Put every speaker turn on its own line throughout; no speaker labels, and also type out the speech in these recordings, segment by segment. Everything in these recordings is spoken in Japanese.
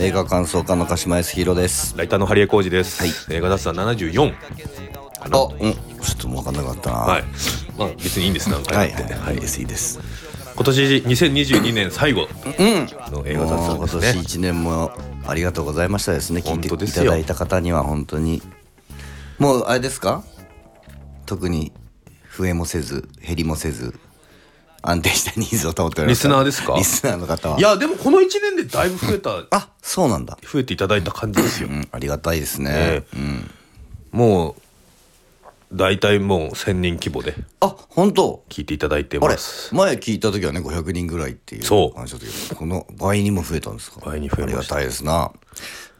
映画感想家の鹿島 S ヒーローです
ライターのハリエコージです、映画雑談74かな
あうんちょっともう分かんなかったな
はいまあ別にいいんですなんか
は
や
い
っ、て、
はい、SE です
今年2022年最後の映画雑
もう
談
今
です
年
ね
一年もありがとうございましたですね聞い
本当
て
で
い
す
た
よ
だいた方には本当にもうあれですか特に増えもせず減りもせず安定した人数を保っております
リスナーですか
リスナーの方はい
やでもこの1年でだいぶ増えた
あそうなんだ
増えていただいた感じですよ
うんありがたいですね、
ええ
うん
もう大体もう1000人規模で
あ本当
聞いていただいて
あ
ま
れ
す
前聞いた時はね500人ぐらいっていう
そう
話だったけどこの倍にも増えたんですか
倍に増えました
ありがたいですな、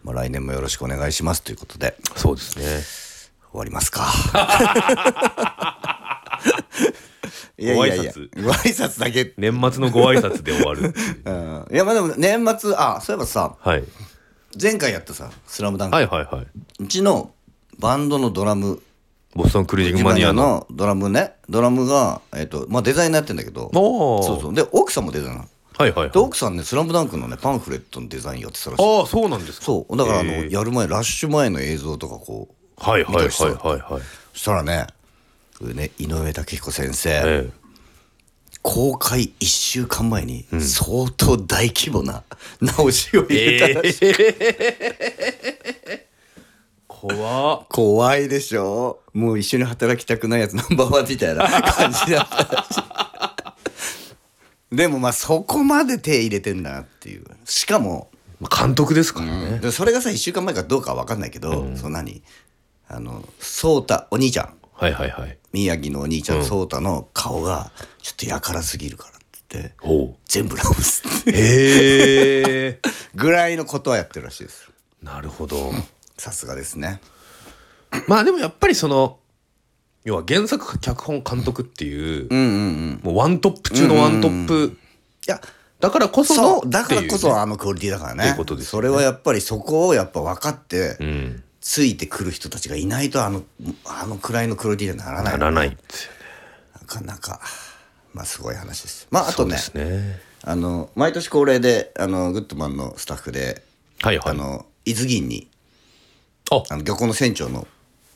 まあ、来年もよろしくお願いしますということで
そうですね
終わります かい
ご挨拶
ご挨拶だけ、
年末のご挨拶で終わるって いう
うん、いやまあでも年末あそういえばさ
はい
前回やったさ「スラムダンク、
はいはいはいう
ちのバンドのドラム
ボストンクルージングマニアの
のドラムねドラムが、えっとまあ、デザイナーやってんだけど
おー
そうそうで奥さんもデザイナー
はいはいはい
で奥さんね「スラムダンクのねパンフレットのデザインやってたらしい
ああそうなんですか
そうだからあの、
えー
やる前ラッシュ前の映像とかこう
はいはい
見
はい
たりした
はいはい
そしたらねこれね井上武彦先生、
え
公開1週間前に相当大規模な 直しを入れたらしい、
怖っ
怖いでしょもう一緒に働きたくないやつナンバーワンみたいな感じだったらし いでもまあそこまで手入れてんだなっていうしかも
監督ですからね、
でそれがさ1週間前かどうかは分かんないけど、その何あの颯太お兄ちゃん
はいはいはい
宮城のお兄ちゃん颯太の顔がちょっとやからすぎるからって言って
ほ
全部ラブスって
へえ
ぐらいのことはやってるらしいです
なるほど
さすがですね
まあでもやっぱりその要は原作脚本監督っていう,、
うんうんうん
もうワントップ中のワントップ、
いや
だからこその
そうだからこ
っ
そあのクオリティだからね
っていうことです
そ
よ
れ
ね
はやっぱりそこをやっぱ分かって、
ていうね
ついてくる人たちがいないとあのあのくらいのクオリティにはなら
うん、
ない
な
な
らないですよね
かなかまあすごい話ですまああ
そ
と
う
ね
ですね
あの毎年恒例であのグッドマンのスタッフで、
はいはい
あの伊豆銀に
あ
あの漁港の船長の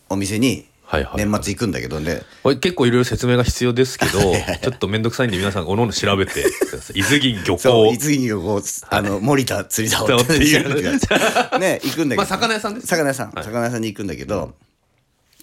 お店に
はいはい
年末行くんだけどね、
これ結構いろいろ説明が必要です けどちょっと面倒くさいんで皆さんおのおの調べてく ださい伊豆銀漁
そう
港
伊豆銀をこうあの森田釣り竿っていうね行くんだけど、
まあ魚屋さんです
魚屋さん、
はい
魚屋さんに行くんだけど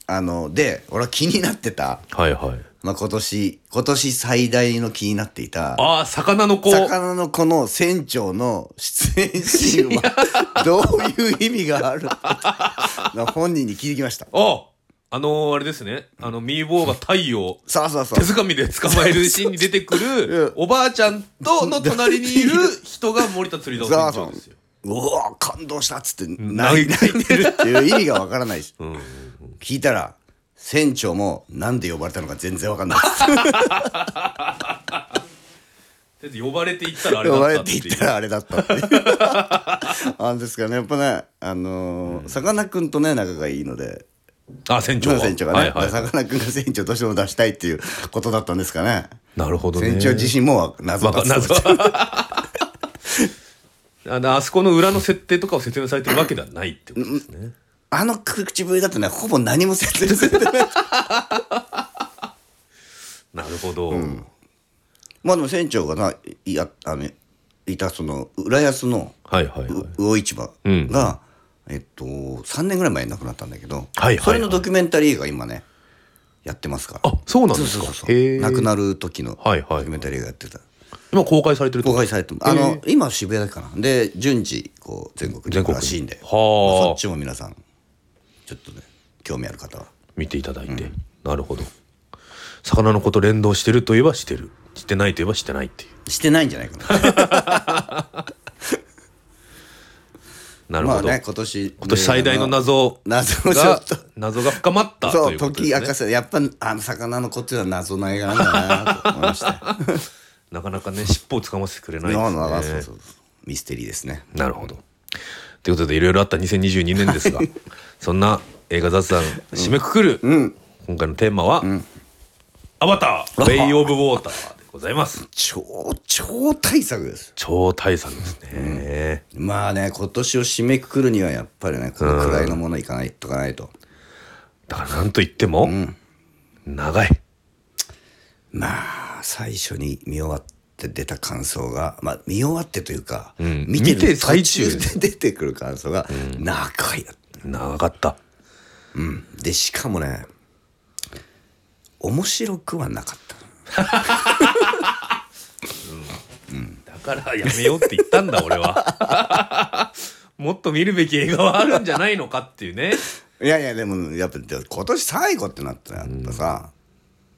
あので俺は気になってた、
はいはい
まあ、今年今年最大の気になっていた
ああ魚の子
魚のこの船長の出演シーンはどういう意味があるのか本人に聞いてきました
ああのー、あれですね。あの、ミーボーが太陽を
そうそうそ
手
う
づかみで捕まえるシーンに出てくる、おばあちゃんとの隣にいる人が森田釣り
そ
竿
う
船長
そ
ですよ。
ううわ感動したっつって
泣
泣
い
い泣いてるっていう意味がわからないし、聞いたら船長もなんで呼ばれたのか全然わかんない
とりあえず呼ばれていったらあれだ
呼ば
っ
れ
たってて
い
い
っ
う。
たらあれだったっていうあんですかねやっぱねあのーさかなクンとね仲がいいので
あ、船長は。
船長がね、
はいはい
さかなクンが船長としても出したいっていうことだったんですかね
なるほどね。
船長自身も謎
わ
だ
か
っ
謎
た
あのあそこの裏の設定とかを説明されてるわけではないってことですね。
あの口ぶりだとねほぼ何も説明さ れてない
なるほど。
まあでも船長がないやあのいたその浦安の。
はいはいはいう
魚市場が、
うん
えっと、3年ぐらい前に亡くなったんだけど、
はいはいはい
それのドキュメンタリーが今ねやってますから
あ、そうなんです
そう
か。
そう
へ
そう
え
亡くなる時のド
はい
キ
はい
ュメンタリーがやってた、
今公開されてるって
公
こと
開されてもあの今渋谷だけかなで順次こう全国に行くらしいんで
全国にはあ
まあそっちも皆さんちょっとね興味ある方は
見ていただいて、なるほど魚の子と連動してるといえばしてるしてないといえばしてないっていう
してないんじゃないかな
なるほ
ま
ど、
あね今年
今年最大の謎
謎をちょ
が
っと
謎が深まった
そ
といううこと
解き
です
明
ね
かせやっぱあの魚の子っていうのは謎の映画なんだなと思い ました
なかなかね尻尾をつかませてくれない
日本の
で
謎
す
そう
ね
そうミステリーですね
なるほどということでいろいろあった2022 年ですがそんな映画雑談締めくくる、今回のテーマは「アバターベイ・オブ・ウォーター」でございます。
超超大作です
超大作ですね。
まあね今年を締めくくるにはやっぱりねこのくらいのものいかないとかないと、
だからなんと言っても、長い。
まあ最初に見終わって出た感想がまあ見終わってというか、
ん
見て
見て
る最
最中
中で出てくる感想が長いだった
長かった。
でしかもね面白くはなかった
だからやめようって言ったんだ、俺は。 もっと見るべき映画はあるんじゃないのかっていうね。
いやいやでもやっぱで今年最後ってなったらやっぱさ、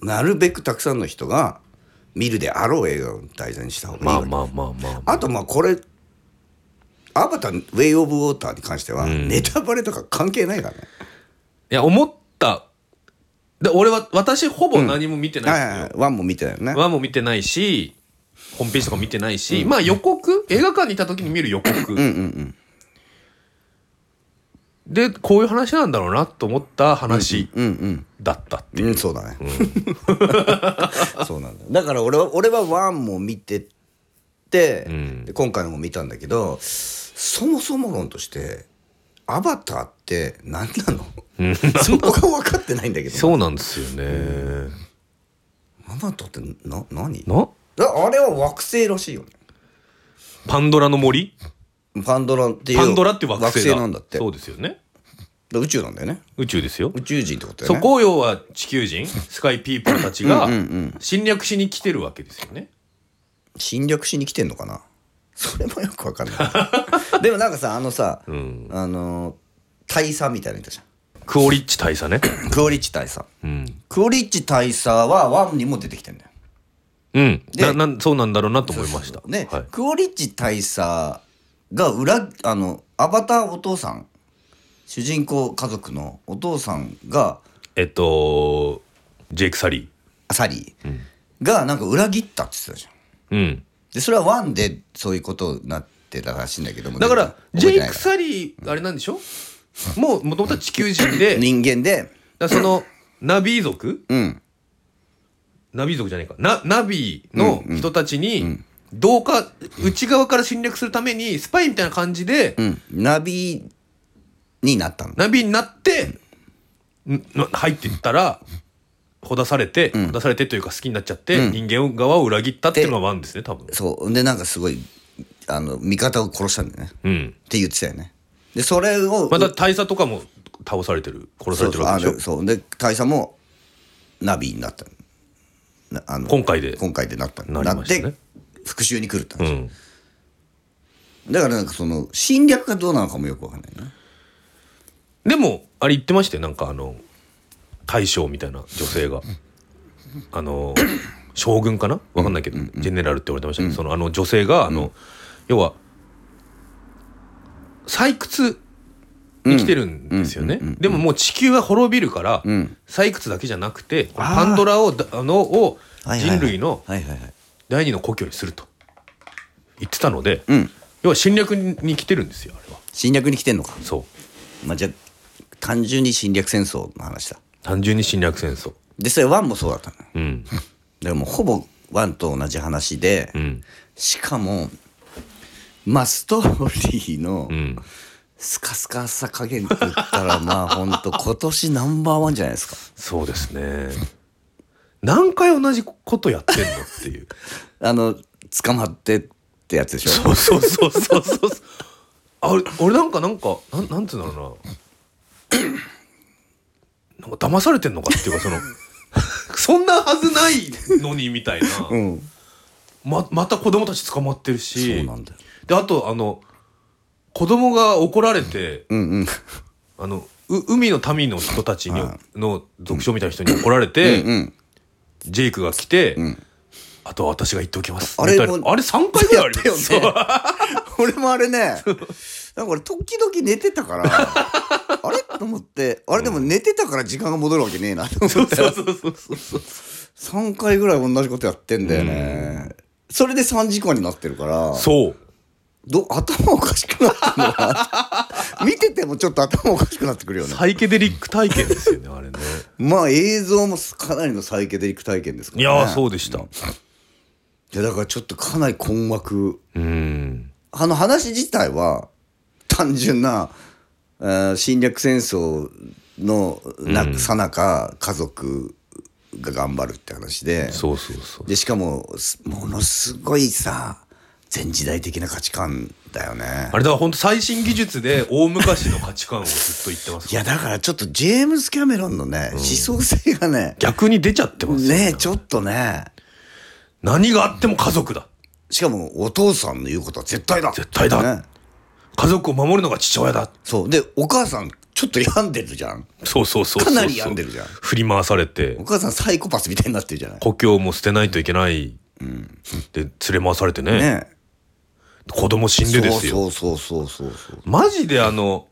なるべくたくさんの人が見るであろう映画を題材にした方がいい
ま
わ
あ
け
まあまあまあ、ま
あとまあこれ「アバターウェイ・オブ・ウォーター」に関してはネタバレとか関係ないからね、
いや、思った。で、俺は、私ほぼ何も見てな
は
い
い
んで
はい
すよ
はいワンも見てたよね
ワンも見てないし、ホームページとかも見てないし、まあ予告、映画館にいた時に見る予告。で、こういう話なんだろうなと思った話だったっていう。
うんそうだね、 そうなんだよだから俺は俺はワンも見てて、で今回のも見たんだけどそもそも論としてアバターって何なのそこが分かってないんだけど
そうなんですよね。
アバターってな何
な
だあれは惑星らしいよね
パンドラの森
パンドラっていう
パンドラっていう惑星だ
なんだって
そうですよね。
だ宇宙なんだよね
宇宙ですよ。
宇宙人ってことだ
そ
よね
こを要は地球人、スカイピープルたちが侵略しに来てるわけですよね。
侵略しに来てんのかな それもよく分かん ないでもなんかさあのさ、
ん
あの大佐みたいなのいたじゃん
クオリッチ大佐ね。
クオリッチ大佐
うん。
クオリッチ大佐はワンにも出てきてんだよ
うん。
で
ななんそうなんだろうなと思いました。
ね、
はい。
クオリッチ大佐が裏あのアバターお父さん主人公家族のお父さんが
えっと、ジェイク・サリ
サリーがなんか裏切ったって言ってたじゃん
ー。うん。
でそれはワンでそういうことになってたらしいんだけども
だから、ジ
全然
ェ
覚えてな
イ
い
ク・
か
サリー、あれなんでしょもう、もともとは地球人で、
ら
だか
人間で
らその、ナビ族
うん
ナビ族じゃないか。ナナビの人たちに、どうか、内側から侵略するために、スパイみたいな感じで、
うんナビになったの
ナビになって、んな入っていったら、ほだされて、ほだされてというか好きになっちゃって、人間側を裏切ったっていうのがワンですね、多分。
そうでなんかすごいあの味方を殺したんだよね
うん。
って言ってたよねでそれを
また大佐とかも倒されてる、殺
そ
され
う
て
そ
る
う
わ
あ
けでしょ
のそうで大佐もナビになったなあの
今回で
今回でなった
なりましたね
なって復讐に来るって
う
話、
ん、
だからなんかその侵略がどうなのかもよくわかんないね
でもあれ言ってましたよなんかあの大将みたいな女性があの将軍かなわかんないけど、ジェネラルって言われてましたけど、そのあの女性があの、要は採掘に来てるんですよね、でももう地球は滅びるから、採掘だけじゃなくてこのパンドラをだあのを人類の
はいはいはい
第二の故郷にすると言ってたので、
ん
要は侵略に来てるんですよあれは。
侵略に来てんのか
そう
まあじゃあ単純に侵略戦争の話だ
単純に侵略戦争
でそれワンもそうだったの
うん
でもうほぼワンと同じ話で、
うん
しかもまあストーリーの
うん
スカスカさ加減って言ったらまあほんと 今年ナンバーワンじゃないですか
そうですね何回同じことやってんのっていう
あの捕まってってやつでしょ
そうそうそうそうそう あれ俺なんかなんかなんなん つうんだろうななんか騙されてんのかっていうかその そんなはずないのにみたいな、
うん
ままた子供たち捕まってるし
そうなんだよ
であとあの子供が怒られて、
うんうん
あのう海の民の人たちに、の族長みたいな人に怒られて、
うん
ジェイクが来て、あとは私が言っておきます
あれ
みたいな
も
あれ3回ぐらいあります
やったよね俺もあれねなんか俺時々寝てたから あれと思ってあれでも寝てたから時間が戻るわけねえなと 思って
そうそうそうそうそうそう
3回ぐらい同じことやってんだよね、それで3時間になってるから
そう
ど頭おかしくなってるのか な見ててもちょっと頭おかしくなってくるよね
サイケデリック体験ですよ ねあれね
まあ映像もかなりのサイケデリック体験ですか
い
ら、ね、
やーそうでした、
いやだからちょっとかなり困惑
うん
あの話自体は単純な、えー侵略戦争のさなか家族が頑張るって話で
そうそうそう
でしかもすものすごいさ全時代的な価値観だよね
あれだから本当最新技術で大昔の価値観をずっと言ってます
いやだからちょっとジェームズ・キャメロンのね、思想性がね
逆に出ちゃってますよ
ねえちょっとね
何があっても家族だ
しかもお父さんの言うことは絶対だ
絶対だ
ね、
家族を守るのが父親だ
そうでお母さんちょっと病んでるじゃん
そうそうそうそう
かなり病んでるじゃん
振り回されて
お母さんサイコパスみたいになってるじゃない
故郷も捨てないといけない、で連れ回されてね
ね
子供死んでですよ
そうそうそうそうそう
マジであの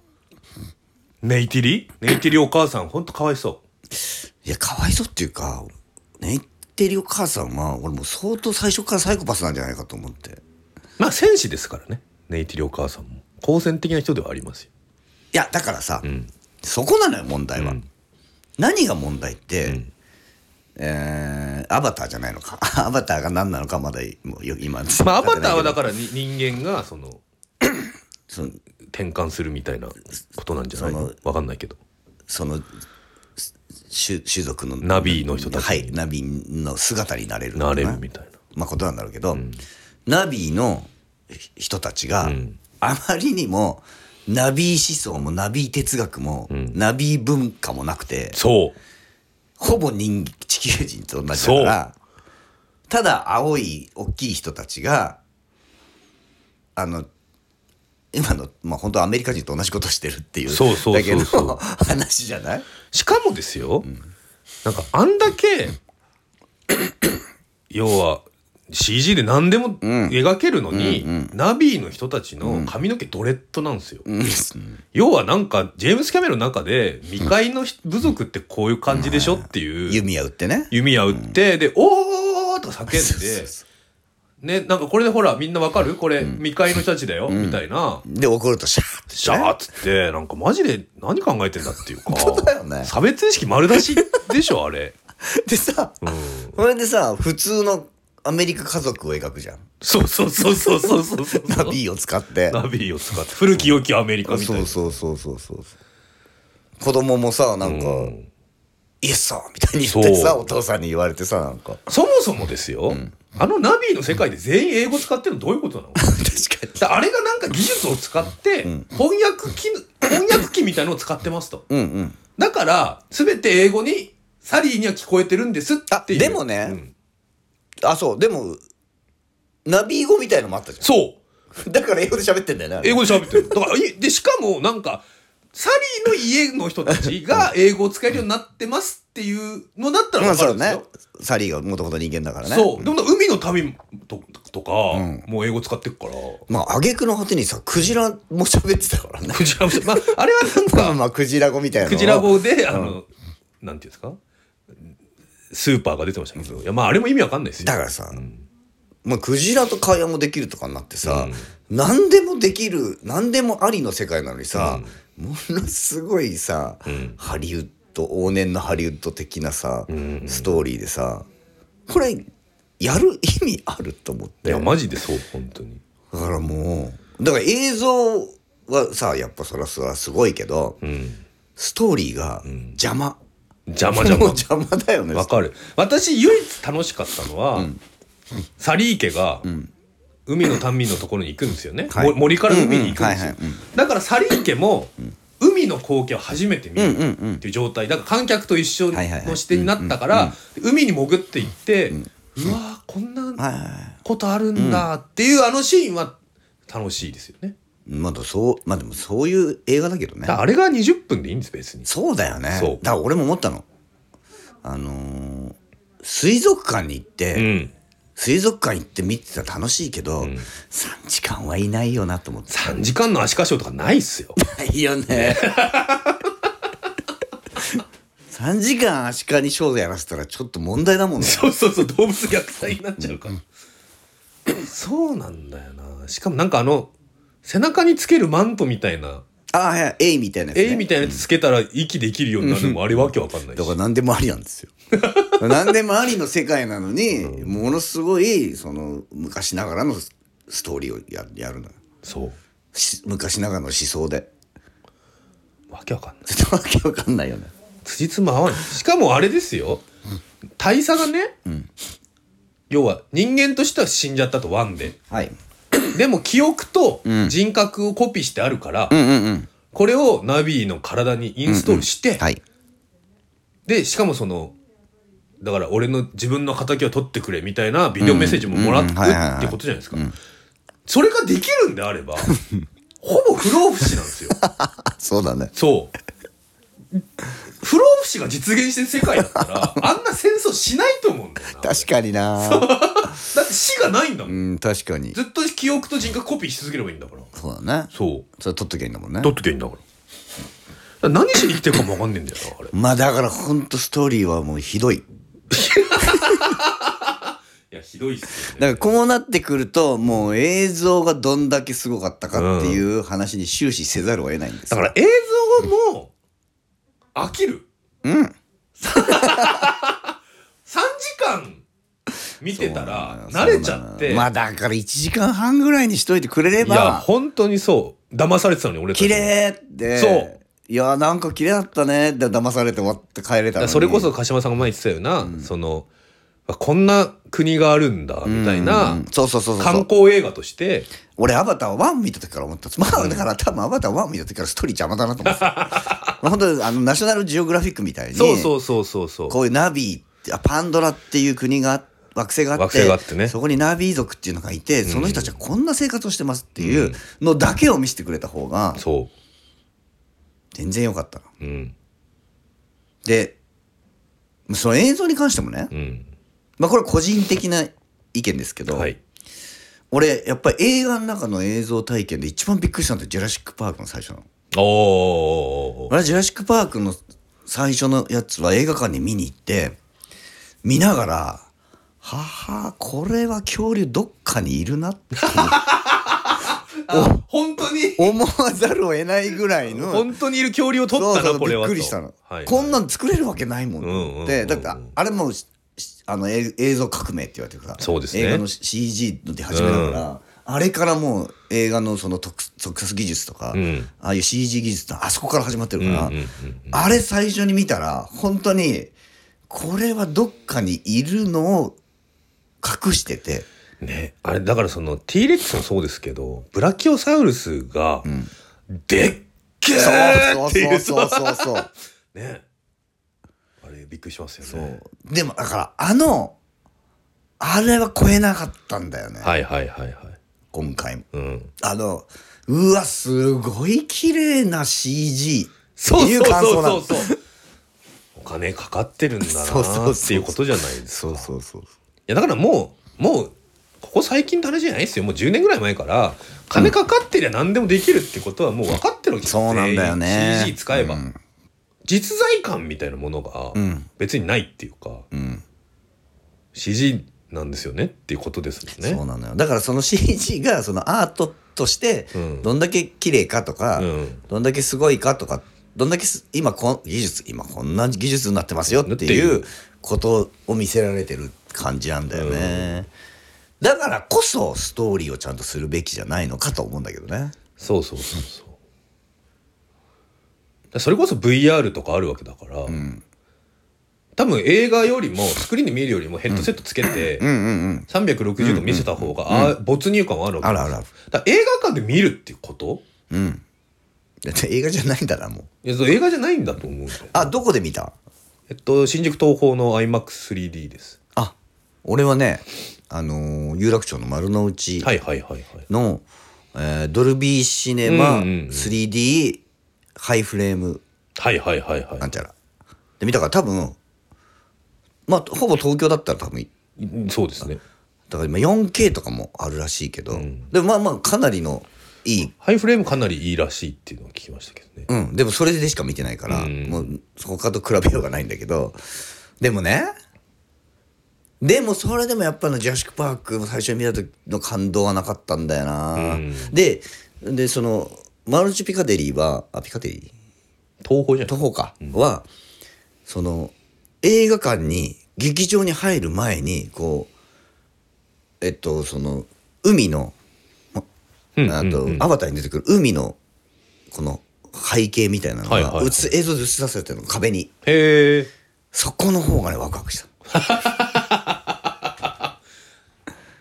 ネイティリネイティリお母さんほんとかわいそ
いやかわいそうっていうかねってるお母さんは俺もう相当最初からサイコパスなんじゃないかと思って
うまあ戦士ですからねネイティリお母さんも好戦的な人ではありますよ
いやだからさ、
ん
そこなのよ問題は、
うん
何が問題って、
ん
えーアバターじゃないのか アバターが何なのかまだもうよ今
まあアバターはだ
か
からに人間がその
その
転換するみたいなことなんじゃないの
その
わかんないけど
そのす種種族の
ナビの人たち
はいナビの姿になれる
なれるみたいな
まあ、ことなんだろうけど、ナビのひ人たちが
ん
あまりにもナビ思想もナビ哲学も、ナビ文化もなくて
そう
ほぼ人地球人と同じだからただ青い大きい人たちがあの今の、まあ本当アメリカ人と同じことしてるっていう
そうそうそうそう
だけの 話じゃない
しかもですよ、なんかあん だけ要は CG で何でも描けるのに、ナビーの人たちの髪の毛ドレッドなんですよ、要はなんかジェームス・キャメロンの中で未開のひ部族ってこういう感じでしょっていう
弓矢打ってね。
弓矢打ってで「おー!」と叫
そうそうんそ
で、ね、なんかこれでほらみんなわかるこれ未開の人たちだよみたいな
う で怒るとシャーって、ね。
シャーっつって、なんかマジで何考えてんだっていうか。
本当だよね
差別意識丸出しでしょ、あれ。
でさ、それでさ普通のアメリカ家族を描くじゃん
そうそうそうそうそうそう そう。
ナビーを使って
ナビを使って。古き良きアメリカみたい
そ
な。
うそうそうそうそう子供もさなんか
うん
「イエスみたいに言ってさ
そう
お父さんに言われてさなんか
そもそもですよ、あのナビの世界で全員英語使ってるのどういうことな の
確か
だあれがなんか技術を使って、翻訳機の、翻訳機みたいのを使ってますと。
にうんうん
だから、すべて英語に、サリーには聞こえてるんですっていう。
あでもね
うん
あそうでもナビ語みたいのもあったじ
そう。
ゃんだから英語で喋ってんだよねあれ
英語で喋 ってる。だから、いで、しかも、なんか、サリーの家の人たちが英語を使えるようになってますっていうのだったら
まあ
わか
そ
る
うん
です
ね
よ。
サリーがもともと人間だからね
そう。でも、海の民ととか、もう英語使ってるから。
まあ挙句の果てにさクジラも喋ってたからね
クジラ、まあ、 あれはなん
まあ
か、
まあクジラ語みたいなのを
クジラ語で、あの、なんていうんですかスーパーが出てましたけど。いや、まあ、あれも意味わかんないですよ。
だからさ、まあ、クジラと会話もできるとかになってさ、何でもできる何でもありの世界なのにさ、ものすごいさ、ハリウッド往年のハリウッド的なさ、ストーリーでさこれやる意味あると思って
いや、マジでそう、本当に。
だからもうだから映像はさやっぱそらそらすごいけど、
うん。
ストーリーが邪魔、
邪魔
もう
邪魔。
邪魔だよね
わかる私唯一楽しかったのは、サリー家が、海の民のところに行くんですよね、
はい
も森から海に行くんで
うんうん
すよ、
はいはい
だからサリー家も、海の光景を初めて見
うんうんう
るっていう状態だから観客と一緒
はいはいはい
の視点になったから、海に潜っていって、うわーこん
は
ない
はいはい
ことあるんだっていうあのシーンは楽しいですよね
まだそうまあでもそういう映画だけどね
だからあれが20分でいいんです別に
そうだよね。だ
そう
から俺も思ったの。あのー水族館に行って、
うん
水族館行って見てたら楽しいけど、3時間はいないよなと思って。
3時間の足かしょとかないっすよ
ないよ ね。3時間アシカにショーでやらせたらちょっと問題だもんね。
そうそうそう動物虐待になっちゃうからそうなんだよなしかもなんかあの背中につけるマントみたいな
ああはいエイみたいなやつ、ね、
A みたいなやつつけたら息できるようになるのもあれわけわかんない
だ
し
から何でもありなん ですよ何でもありの世界なのに、ものすごいその昔ながらのスストーリーをややるのよ
そう
し昔ながらの思想で
わけわかんない
ちょっとわけわかんないよね
辻褄合わないしかもあれですよ大佐がね、要は人間としては死んじゃったとワンで
はい
でも記憶と人格をコピーしてあるから、
うんうんうん
これをナビの体にインストールして、
はい
でしかもそのだから俺の自分の敵を取ってくれみたいなビデオメッセージももらうっ
う
て
んうんはいはいはい
ことじゃないですか、それができるんであればほぼ不老不死な んですよ
あそうだね
そう不老不死が実現してる世界だったらあんな戦争しないと思うんだよなだっ
確かにな
て死がないんだもん、
うん確かに
ずっと記憶と人格コピーし続ければいいんだから
そうだね
そう
それ取っときゃいいんだもんね
取っときゃいいんだから何しに生きてるかも分かんねえんだよなあれ
まあだからほんとストーリーはもうひどい
いやひどいっすよね
だからこうなってくるともう映像がどんだけすごかったかっていう話に終始せざるを得ないんです
だ
よ
から映像も飽きる
うん
3時間見てた
そうな
ら
のよ
慣れちゃっ
そうなの
て
よまあだから1時間半ぐらいにしといてくれれ
いや
ば
本当にそう騙されてたのに俺たちも
綺麗って
そう
いやなんか綺麗だったねって騙されて終わって帰れたの
だから
に
それこそ鹿島さんが前言ってたよな、そのあこんな国があるんだみたい
うん
な
うんそうそうそうそう
観光映画として
俺アバター1見た時から思ったんですまあだから多分アバター1見た時からストーリー邪魔だなと 思ってたまあ本当にあのナショナルジオグラフィックみたいに
そうそうそうそうそう
こういうナビあパンドラっていう国が惑星があって
惑星があってね
そこにナビ族っていうのがいてその人たちはこんな生活をしてますっていうのだけを見せてくれた方が
そ
全然良かったな
ううん
でその映像に関してもね、
うん
まあ、これ個人的な意見ですけど、
はい
俺やっぱり映画の中の映像体験で一番びっくりしたのって「ジュラシック・パーク」の最初なの。
おーおーおーおー
俺は「ジュラシック・パーク」の最初のやつは映画館に見に行って見ながら「ははこれは恐竜どっかにいるな」って
あ本当に
思わざるを得ないぐら いの。
本当にいる恐竜を取
そう
った
そう
なこれは
びっく
と
りしたの、
はい
こんなん作れるわけないもんと思って、
うんうんうんうん
だってあれもうししあのえ映像革命って言われてるから
そうですね
映画の CG で始めたから、あれからもう映画のその特特撮技術とか、
うん
ああいう CG 技術ってあそこから始まってる
うんう
から、
んうんうん
あれ最初に見たら本当にこれはどっかにいるのを隠してて
ねあれだからその T レックスもそうですけどブラキオサウルスがでっけーっていう
そうそうそうそう
ねあれびっくりします
そ
よね
うでもだからあのあれは超えなかったんだよね、
はいはいはいはい
今回も
うん
あのうわすごい綺麗な CG って
そう
い
そうう
感
そ
想
う
な
そ
の
うそうお金かかってるんだな
そうそうそう
ーっていうことじゃないですか
そうそうそう
いやだからもうもうここ最近の話じゃないですよもう10年ぐらい前から金かかってりゃ何でもできるってことはもう分かってるわけですよ
そうなんだよね
全員 CG 使えば、
うん
実在感みたいなものが
ん
別にないっていうか、
ん
CG なんですよねっていうことですもんね
そうなのよだからその CG がそのアートとして
うん
どんだけ綺麗かとか、
うん
どんだけすごいかとかどんだけす今こん技術今こんな技術になってますよってい
なって
うことを見せられてる感じなんだよね、だからこそストーリーをちゃんとするべきじゃないのかと思うんだけどね
そうそうそうそうだそれこそ VR とかあるわけだから、多分映画よりもスクリーンで見るよりもヘッドセットつけて360度見せた方が、あ没入感はあるわけ
あるあるある
だから映画館で見るっていうこと
だって映画じゃないんだなもう
いやそう映画じゃないんだと思うんだよ
あどこで見た
えっと新宿東宝の iMAX3D です
あ俺はねあのー有楽町の丸の内
はいはいはいはい
の、えードルビーシネマ
うんうんうん
3D ハイフレーム
はいはいはい
な
は
んちゃらで見たから多分まあほぼ東京だったら多分
いうんそうですね
だから今 4K とかもあるらしいけど、でもまあまあかなりのいい
ハイフレームかなりいいらしいっていうのは聞きましたけどね
うんでもそれでしか見てないから、もう他と比べようがないんだけどでもねでもそれでもやっぱりジュラシック・パークも最初に見た時の感動はなかったんだよな、ででそのマルチピカデリーはあピカデリー
東宝じゃ
徒
ん
歩か、はその映画館に劇場に入る前にこうえっとその海のま
うん
あ
う
と
んうん
アバターに出てくる海のこの背景みたいなの
はいはい
が
はい
映す映像で映し出されてるの壁に
へえ
そこの方がねワクワクした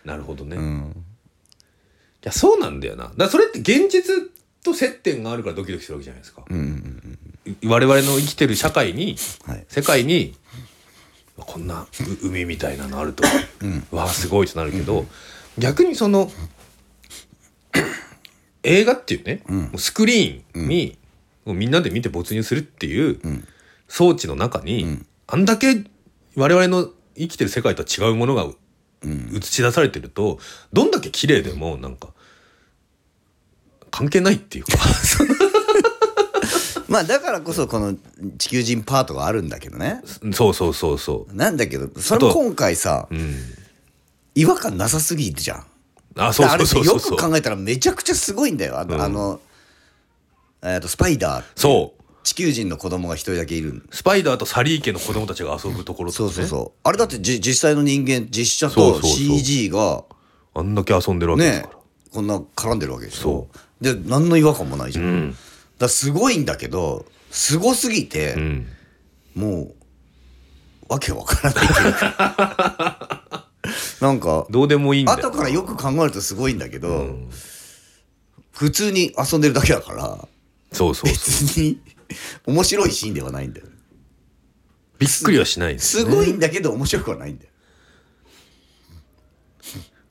なるほどね、いやそうなんだよなだからそれって現実と接点があるからドキドキするわけじゃないですか、い我々の生きてる社会に、
はい
世界にこんなう海みたいなのあると、わあすごいってなるけど、逆にその映画っていうね、もうスクリーンに、もうみんなで見て没入するっていう装置の中に、あんだけ我々の生きてる世界とは違うものが映し出されてるとどんだけ綺麗でもなんか関係ないっていうか そ
まあだからこそこの地球人パートがあるんだけどね
そうそうそうそ
なんだけどそれも今回さ
う、うん、
違和感なさすぎるじゃん
あそうそうそうそうそ
あれってよく
う
考えたらめちゃくちゃすごいんだよあの,、
うん
あのえー、とスパイダー
そう
地球人の子供が一人だけいる
スパイダーとサリー家の子供たちが遊ぶところとか、
そう
ね、
そうそう、あれだってじ実際の人間実写
そうそ
と
うそう
CG が
あんだけ遊んでるわけです
ね
から、
こんな絡んでるわけでしょ
そ
で何の違和感もないじゃん、だ
う
からすごいんだけどすごすぎて、
ん
もうわけわからないっていうか なんか
どうでもいいんだよ
後からよく考えるとすごいんだけど、普通に遊んでるだけだから
そうそうそう
別に面白いシーンではないんだよ
びっくりはしないです
すごいんだけど面白くはないんだよ、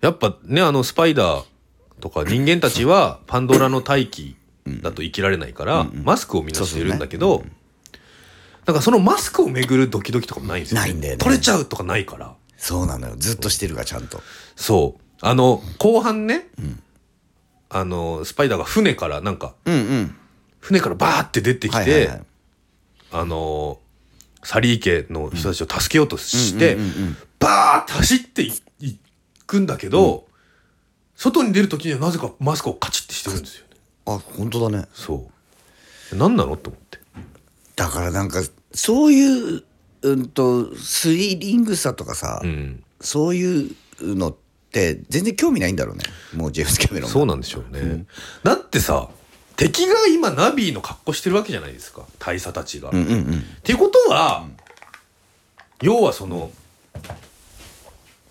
やっぱねあのスパイダーとか人間たちはパンドラの大気だと生きられないから、マスクをみんなしてるんだけど、なんかそのマスクをめぐるドキドキとかもないんですよ、
ないんだよね
取れちゃうとかないから
そうなのよずっとしてるがちゃんと
そうあの後半ね、あのスパイダーが船からなんか
うんうん
船からバーって出てきて、
はいはいはい
あのーサリー家の人たちを助けようとして、
うんうんうんうん
バーって走っていいくんだけど、外に出る時にはなぜかマスクをカチッてしてるんですよね。
あ本当だね
そう。何なのと思って。
だからなんかそういううんとスリリングさとかさ、
うん。
そういうのって全然興味ないんだろうねもうジェームス・キャメロンが
そうなんでしょうね。だってさ、敵が今ナビーの格好してるわけじゃないですか。大佐たちが。
うん
っ
うんうん
ていうことは、要はその、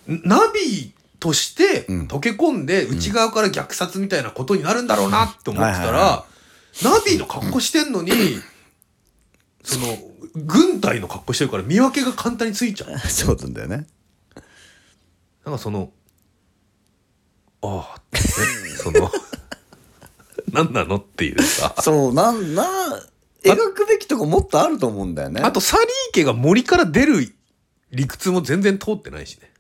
ナビーとして
うん
溶け込んで内側から虐殺みたいなことになるんだろうなって思って
は
た
いはい
ら、ナビーの格好してんの に、その、軍隊の格好してるから見分けが簡単についちゃう。
そうなんだよね
なんかその、ああって、その、 何なのっていうさ。
そうなんな描くべきとこもっとあると思うんだよね
あと、サリー家が森から出る理屈も全然通ってないしね。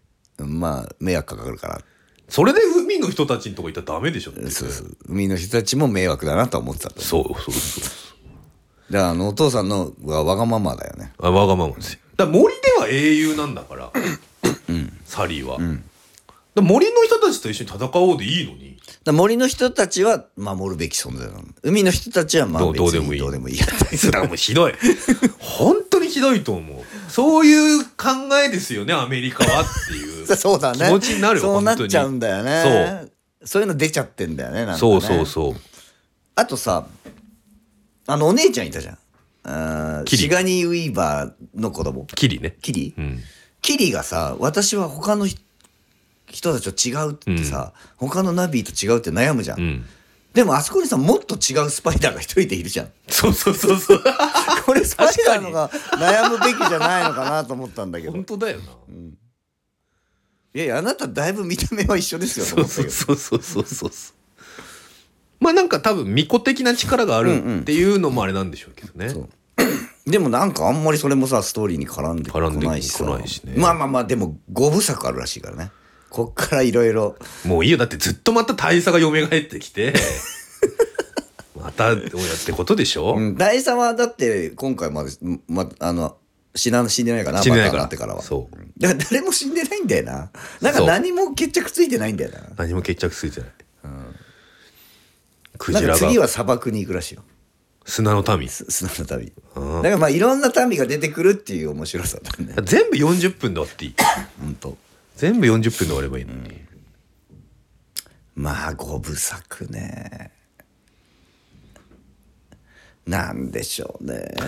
まあ迷惑かかるから
それで海の人たちのとこ行ったらダメでしょっていう
そうそう海の人たちも迷惑だなとは思ってたと
そうそうそう。
だからあのお父さんのはわがままだよね
あわがままですよ。だから森では英雄なんだから、サリーは。だから森の人たちと一緒に戦おうでいいのに。
だから森の人たちは守るべき存在なの海の人たちはまあ
どう
別に
どうでもいい
どうでもいいやった りする
だからもうひどい。本当にひどいと思う。そういう考えですよね、アメリカはっていう。
そうだね
気持ちになるよ
そうなっちゃう
本
んだよねそういうの出ちゃってんだよねなんかね
そうそうそう。
あとさあのお姉ちゃんいたじゃんあー
キリ
シガニー・ウィーバーの子供
キリね。
キリ、
うん。
キリがさ私は他のひ人たちと違うってさ、他のナビーと違うって悩むじゃん、
うん。
でもあそこにさもっと違うスパイダーが一人でいるじゃん
そうそうそうそう。
これスパイダーのが悩むべきじゃないのかなと思ったんだけど
本当だよな。
いやいやあなただいぶ見た目は一緒ですよと
そう
思ったけ
そう
ど
そうそうそうそう。まあなんか多分巫女的な力があ
うんう
る
ん
っていうのもあれなんでしょうけどね。
そうでもなんかあんまりそれもさストーリーに絡んでこないしさ
絡んでこないしね
まあまあまあでも五部作あるらしいからね こっからいろいろ
もういいよ。だってずっとまた大佐が嫁がってきて、 またどうやってことでしょ、
うん大佐はだって今回まで、ま、あの死な死んでないかな
死んでない
バターにな
から。
ってからは
そう。
だから誰も死んでないんだよななんか
そう
何も決着ついてないんだよな
何も決着ついてない。ク
なん
ジ
か
ラ
次
が
は砂漠に行くらしいよ
砂の民
す砂の旅
うん
だからまあいろんな民が出てくるっていう面白さだね
全部40分で終わっていい
本当
全部40分で終わればいいのに、
まあ五部作ねなんでしょう ね
こ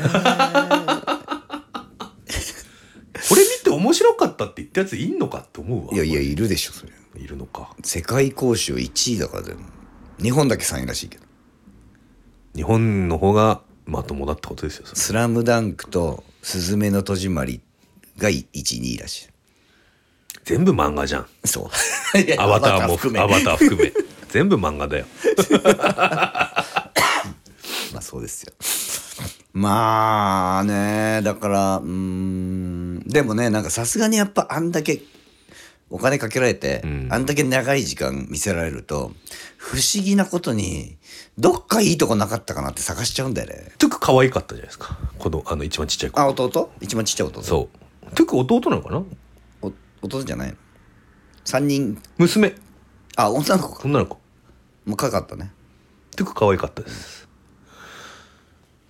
れ見て面白かったって言ったやついんのかって思うわ
いやいやいるでしょそれ
いるのか
世界公衆1位だからでも日本だけ3位らしいけど
日本の方がまともだってことですよ
「
それ
スラムダンクと「すずめの戸締まり」が1位らし
全部漫画じゃん
いそう いや
アバターも
含め
アバター含め全部漫画だよ
まあそうですよ。 まあねだからうーんでもねなんかさすがにやっぱあんだけお金かけられて、
ん
あんだけ長い時間見せられると不思議なことにどっかいいとこなかったかなって探しちゃうんだよね。
トゥク可愛かったじゃないですかこのあの一番ちっちゃい子
あ弟一番ちっちゃい弟
そうトゥク弟なのかな
お弟じゃないの ?3 人
娘
あ女の子か
女の子
もうかかったね。
トゥク可愛かったです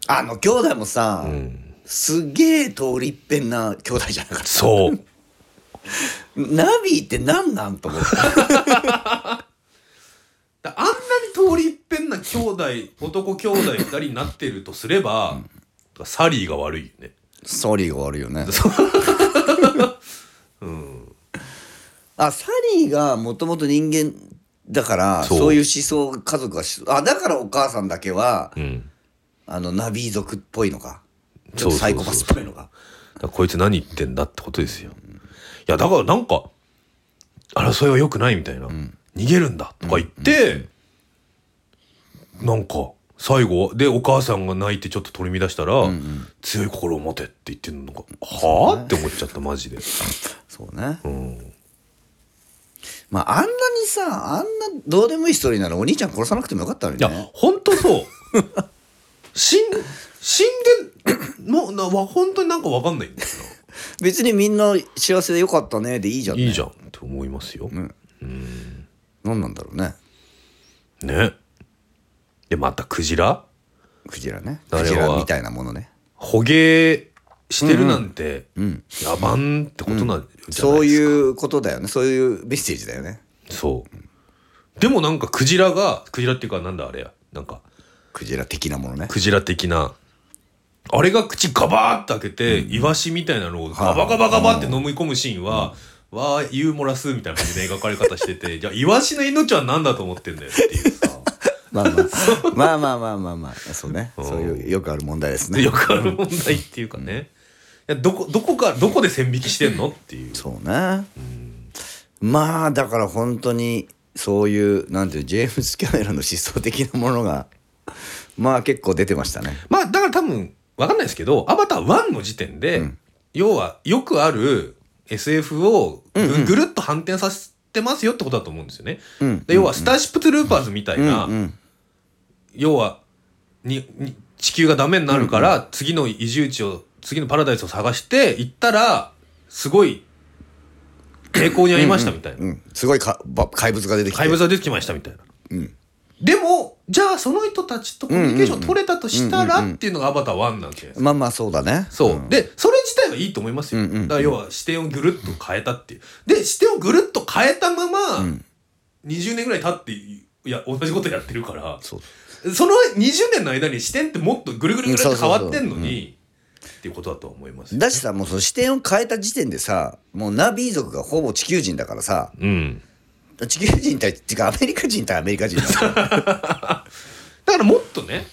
あの兄弟もさ、
うん
すげえ通り一遍な兄弟じゃなかった
そう
ナビーってなんなんと思って。
だ あんなに通り一遍な兄弟男兄弟二人になってるとすれば、サリーが悪いよね
サリーが悪いよ ね。あサリーがもともと人間だから
そ
そうういう思想家族がしあだからお母さんだけは
うん
あのナビー族っぽいのかち
そ
ょ
うそう
っとサイ
そう
コパスっぽいのか
だからこいつ何言ってんだってことですよ、いやだからなんか争いは良くないみたいな、逃げるんだとか言って、なんか最後でお母さんが泣いてちょっと取り乱したら、強い心を持てって言ってるのがはあ、って思っちゃったマジで、
そうね
うん、
まああんなにさあんなどうでもいいストーリーならお兄ちゃん殺さなくてもよかったのに
いや、
ね
本当そう。死ん、死んで、もう、な、わ、本当になんかわかんないんだよ
別にみんな幸せでよかったねでいいじゃ
な。
ん、ね、
いいじゃんって思いますよ。
ね何なんだろうね
ね。で、またクジラ
クジラね
あれは
クジラみたいなものね
捕鯨してるなんて、
うん
野蛮ってことなんじゃないですか。
そう
う。
いうことだよねそういうメッセージだよね
そう。でもなんかクジラが、クジラっていうかなんだあれや。なんか、
クジラ的なものね
クジラ的な。あれが口ガバーって開けて、イワシみたいなのをガバガバガバって飲み込むシーンは、わー、ユーモラスみたいな感じで描かれ方してて、じゃあ、イワシの命は何だと思ってんだよっていうさ。
まあまあまあまあまあまあまあそうねそういうよくある問題ですね
よくある問題っていうかね。いやどこ、どこか、どこで線引きしてんのっていう。
そうね、まあだから本当にそういうなんていうジェームス・キャメロンの思想的なものがまあ結構出てましたね
まあ、だから多分、わかんないですけど、アバター1の時点で、
うん
要は、よくある SF をぐぐるっと反転させてますよってことだと思うんですよね。
うん
で要は、スターシップトゥルーパーズみたい
うん
な、
うん
要はにに地球がダメになるから、次の移住地を次のパラダイスを探して行ったらすごい栄光にありましたみたいな、
うんすごいかば怪物が出てきて
怪物が出てきましたみたいな、
うん
でもじゃあその人たちとコミュニケーション取れたとしたらっていうのがアバター1なんじゃないですか
まあまあそうだね
そう、
ん
でそれ自体はいいと思いますよ、
うんうんうん
だから要は視点をぐるっと変えたっていうで視点をぐるっと変えたまま、
ん
20年ぐらい経っていや同じことやってるから
そう
その20年の間に視点ってもっとぐるぐるぐるって変わってんのに、っていうことだと思いますよ。
だしさもうその視点を変えた時点でさもうナビー族がほぼ地球人だからさ
うん。
地球人対っていうかアメリカ人対アメリカ人だから
だからもっとね、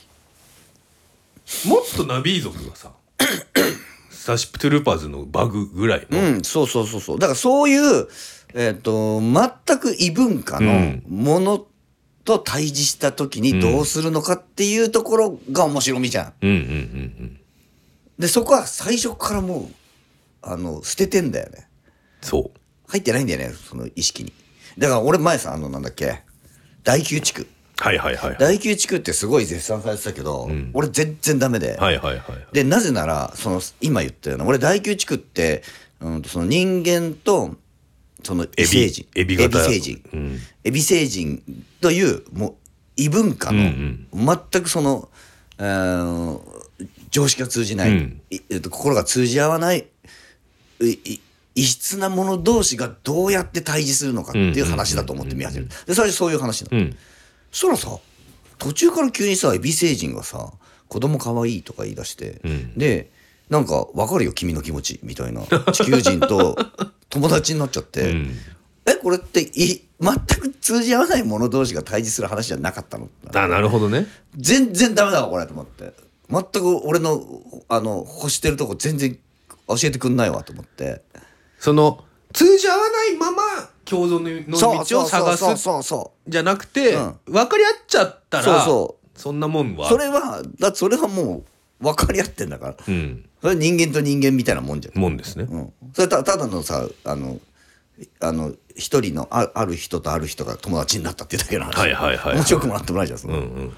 もっとナビー族 がさ、スターシップトゥルーパーズのバグぐらいの、
うんそうそうそうそうだからそういうえっ、と全く異文化
う
の
ん
ものと対峙した時にどうするのかっていうところが面白みじゃん
うんうんうんうん。
でそこは最初からもうあの捨ててんだよね
そう。
入ってないんだよねその意識にだから俺前さあのなんだっけ第九地区
はいはいはい。はい
第九地区ってすごい絶賛されてたけど、
ん
俺全然ダメで、
はいはいはい。
でなぜならその今言ったような俺第九地区って、うん、その人間とその異星人
エビエビ型
星人、
うん
エビ星人というもう異文化の、
うん
全くその、えー常識が通じない,、
うん
いえっと心が通じ合わないいい異質なもの同士がどうやって対峙するのかっていう話だと思って見始めるで最初そういう話なの、
うん
そしたらさ途中から急にさエビ星人がさ子供可愛いとか言い出して、
ん
でなんか分かるよ君の気持ちみたいな地球人 と友達になっちゃって、
うん
えこれってい全く通じ合わない者同士が対峙する話じゃなかったの
あなるほどね
全然ダメだわこれと思って全く俺のあの欲してるとこ全然教えてくんないわと思って
その通じ合わないまま共存のの道を探
そう
す
そうそう
じゃなくて、
うん
分かり合っちゃったら
そうそ
そんなもんは
それはだってそれはもう分かり合ってんだから
うん
それは人間と人間みたいなもんじゃん
もんですね、
うん、それたただのさあのあの一人のあある人とある人が友達になったっていうだけの話
はいはいはい
面白くもらってもないじゃんそ,、
うんうん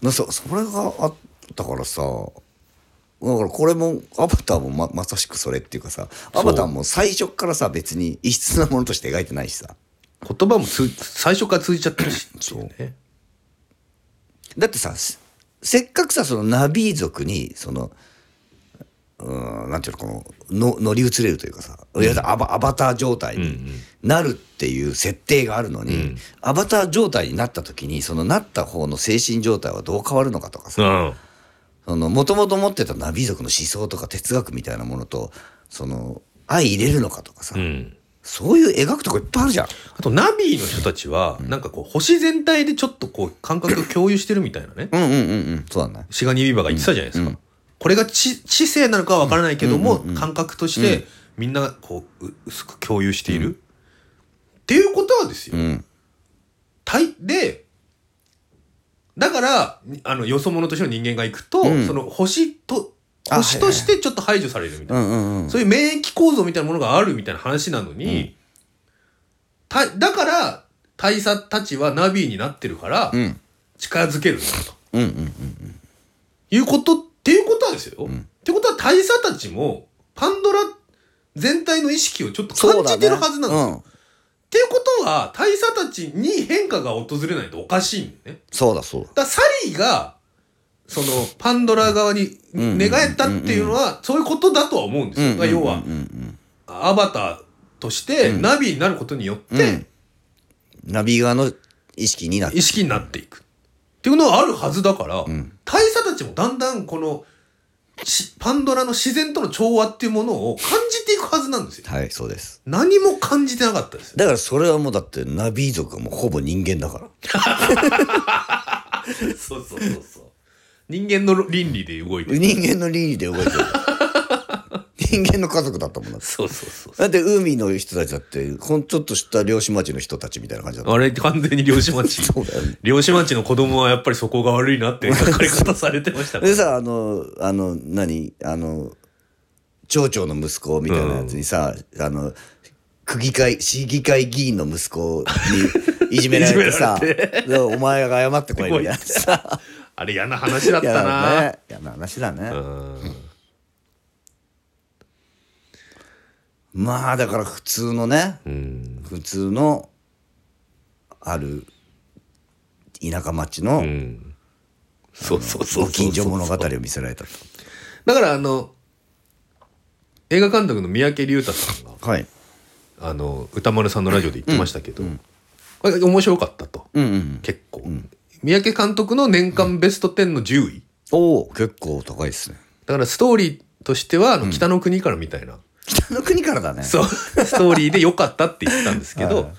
なそそれがあったからさだからこれもアバターもままさしくそれっていうかさアバターも最初っからさ別に異質なものとして描いてないしさ
言葉もつ最初から通じちゃってるし
そう
ね
だってさせせっかくさそのナビー族にそのうーんなんていうのこのの乗り移れるというかさ、いやアバアバター状態になるっていう設定があるのに、アバター状態になった時にそのなった方の精神状態はどう変わるのかとかさ
うん
もともと持ってたナビー族の思想とか哲学みたいなものとその相入れるのかとかさ、
うん
そういう描くとこいっぱいあるじゃん。
あとナビの人たちは、なんかこう星全体でちょっとこう感覚を共有してるみたいなね
うんうんうんうんそうだね。
シガニー・ビーバーが言ってたじゃないですか、これが知知性なのかは分からないけども、感覚としてみんなこうう薄く共有している、っていうことはですよ、
ん
対でだからあのよそ者としての人間が行くと、その星と
あ
星としてちょっと排除されるみたいな、
うんうんうん。
そういう免疫構造みたいなものがあるみたいな話なのに、ただから大佐たちはナビになってるから、
ん
近づけるんだと
うんうん
いうことっていうことはですよ。ってことは大佐たちもパンドラ全体の意識をちょっと
そう
感
だ
じ
ね
てるはずなんですよ。
うん
っていうことは大佐たちに変化が訪れないとおかしいんだよね。
そうだそうだ。
だからサリーがそのパンドラ側に寝返ったっていうのはそういうことだとは思うんですよ。だから要は、
うんうん
アバターとしてナビになることによって
ナビ側の意識になって
意識になっていくっていうのがあるはずだから、大佐たちもだんだんこのしパンドラの自然との調和っていうものを感じていくはずなんですよ
はいそうです
何も感じてなかったですよ
だからそれはもうだってナビ族はもうほぼ人間だから
そうそうそうそう人間の倫理で動いてる
人間の倫理で動 いてる人間の家族だったもんだって
そうそうそう
だって海の人たちだってほんちょっとした漁師町の人たちみたいな感じだった
あれ完全に漁師町
そうだよね
漁師町の子供はやっぱりそこが悪いな って書かれ方されてましたから
でさあのあの何あの町長の息子みたいなやつにさ、あの区議会市議会議員の息子にいじめられてさ
いじめら
でお前が謝ってこいみたいな さ
あれ嫌な話だったな、
いやね嫌な話だね、
うん
まあだから普通のね、
うん
普通のある田舎町の
うんそうそうそうそう
ご近所物語を見せられたと
だからあの映画監督の三宅龍太さんが
はい
あの歌丸さんのラジオで言ってましたけど、これ面白かったと、
うんうん
結構、三宅監督の年間ベスト10の10位
おお結構高いですね
だからストーリーとしてはあの北の国からみたいな、
北の国からだね
そうストーリーで良かったって言ってたんですけど、
はい
だ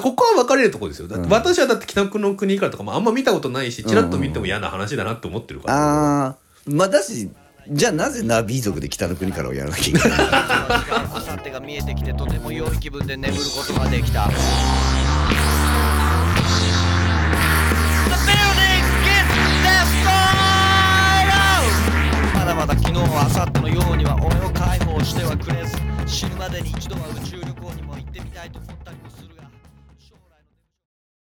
からここは分かれるところですよだって私はだって北の国からとかもあんま見たことないしちらっと見ても嫌な話だなって思ってるから、
あーまあだしじゃあなぜナビ族で北の国からをやらなきゃいけないの
明後日が見えてきてとても良い気分で眠ることができた The building gets destroyed まだまだ昨日は明後日のようには俺を解放してはくれず死ぬまでに一度は宇宙旅行にも行ってみたいと思って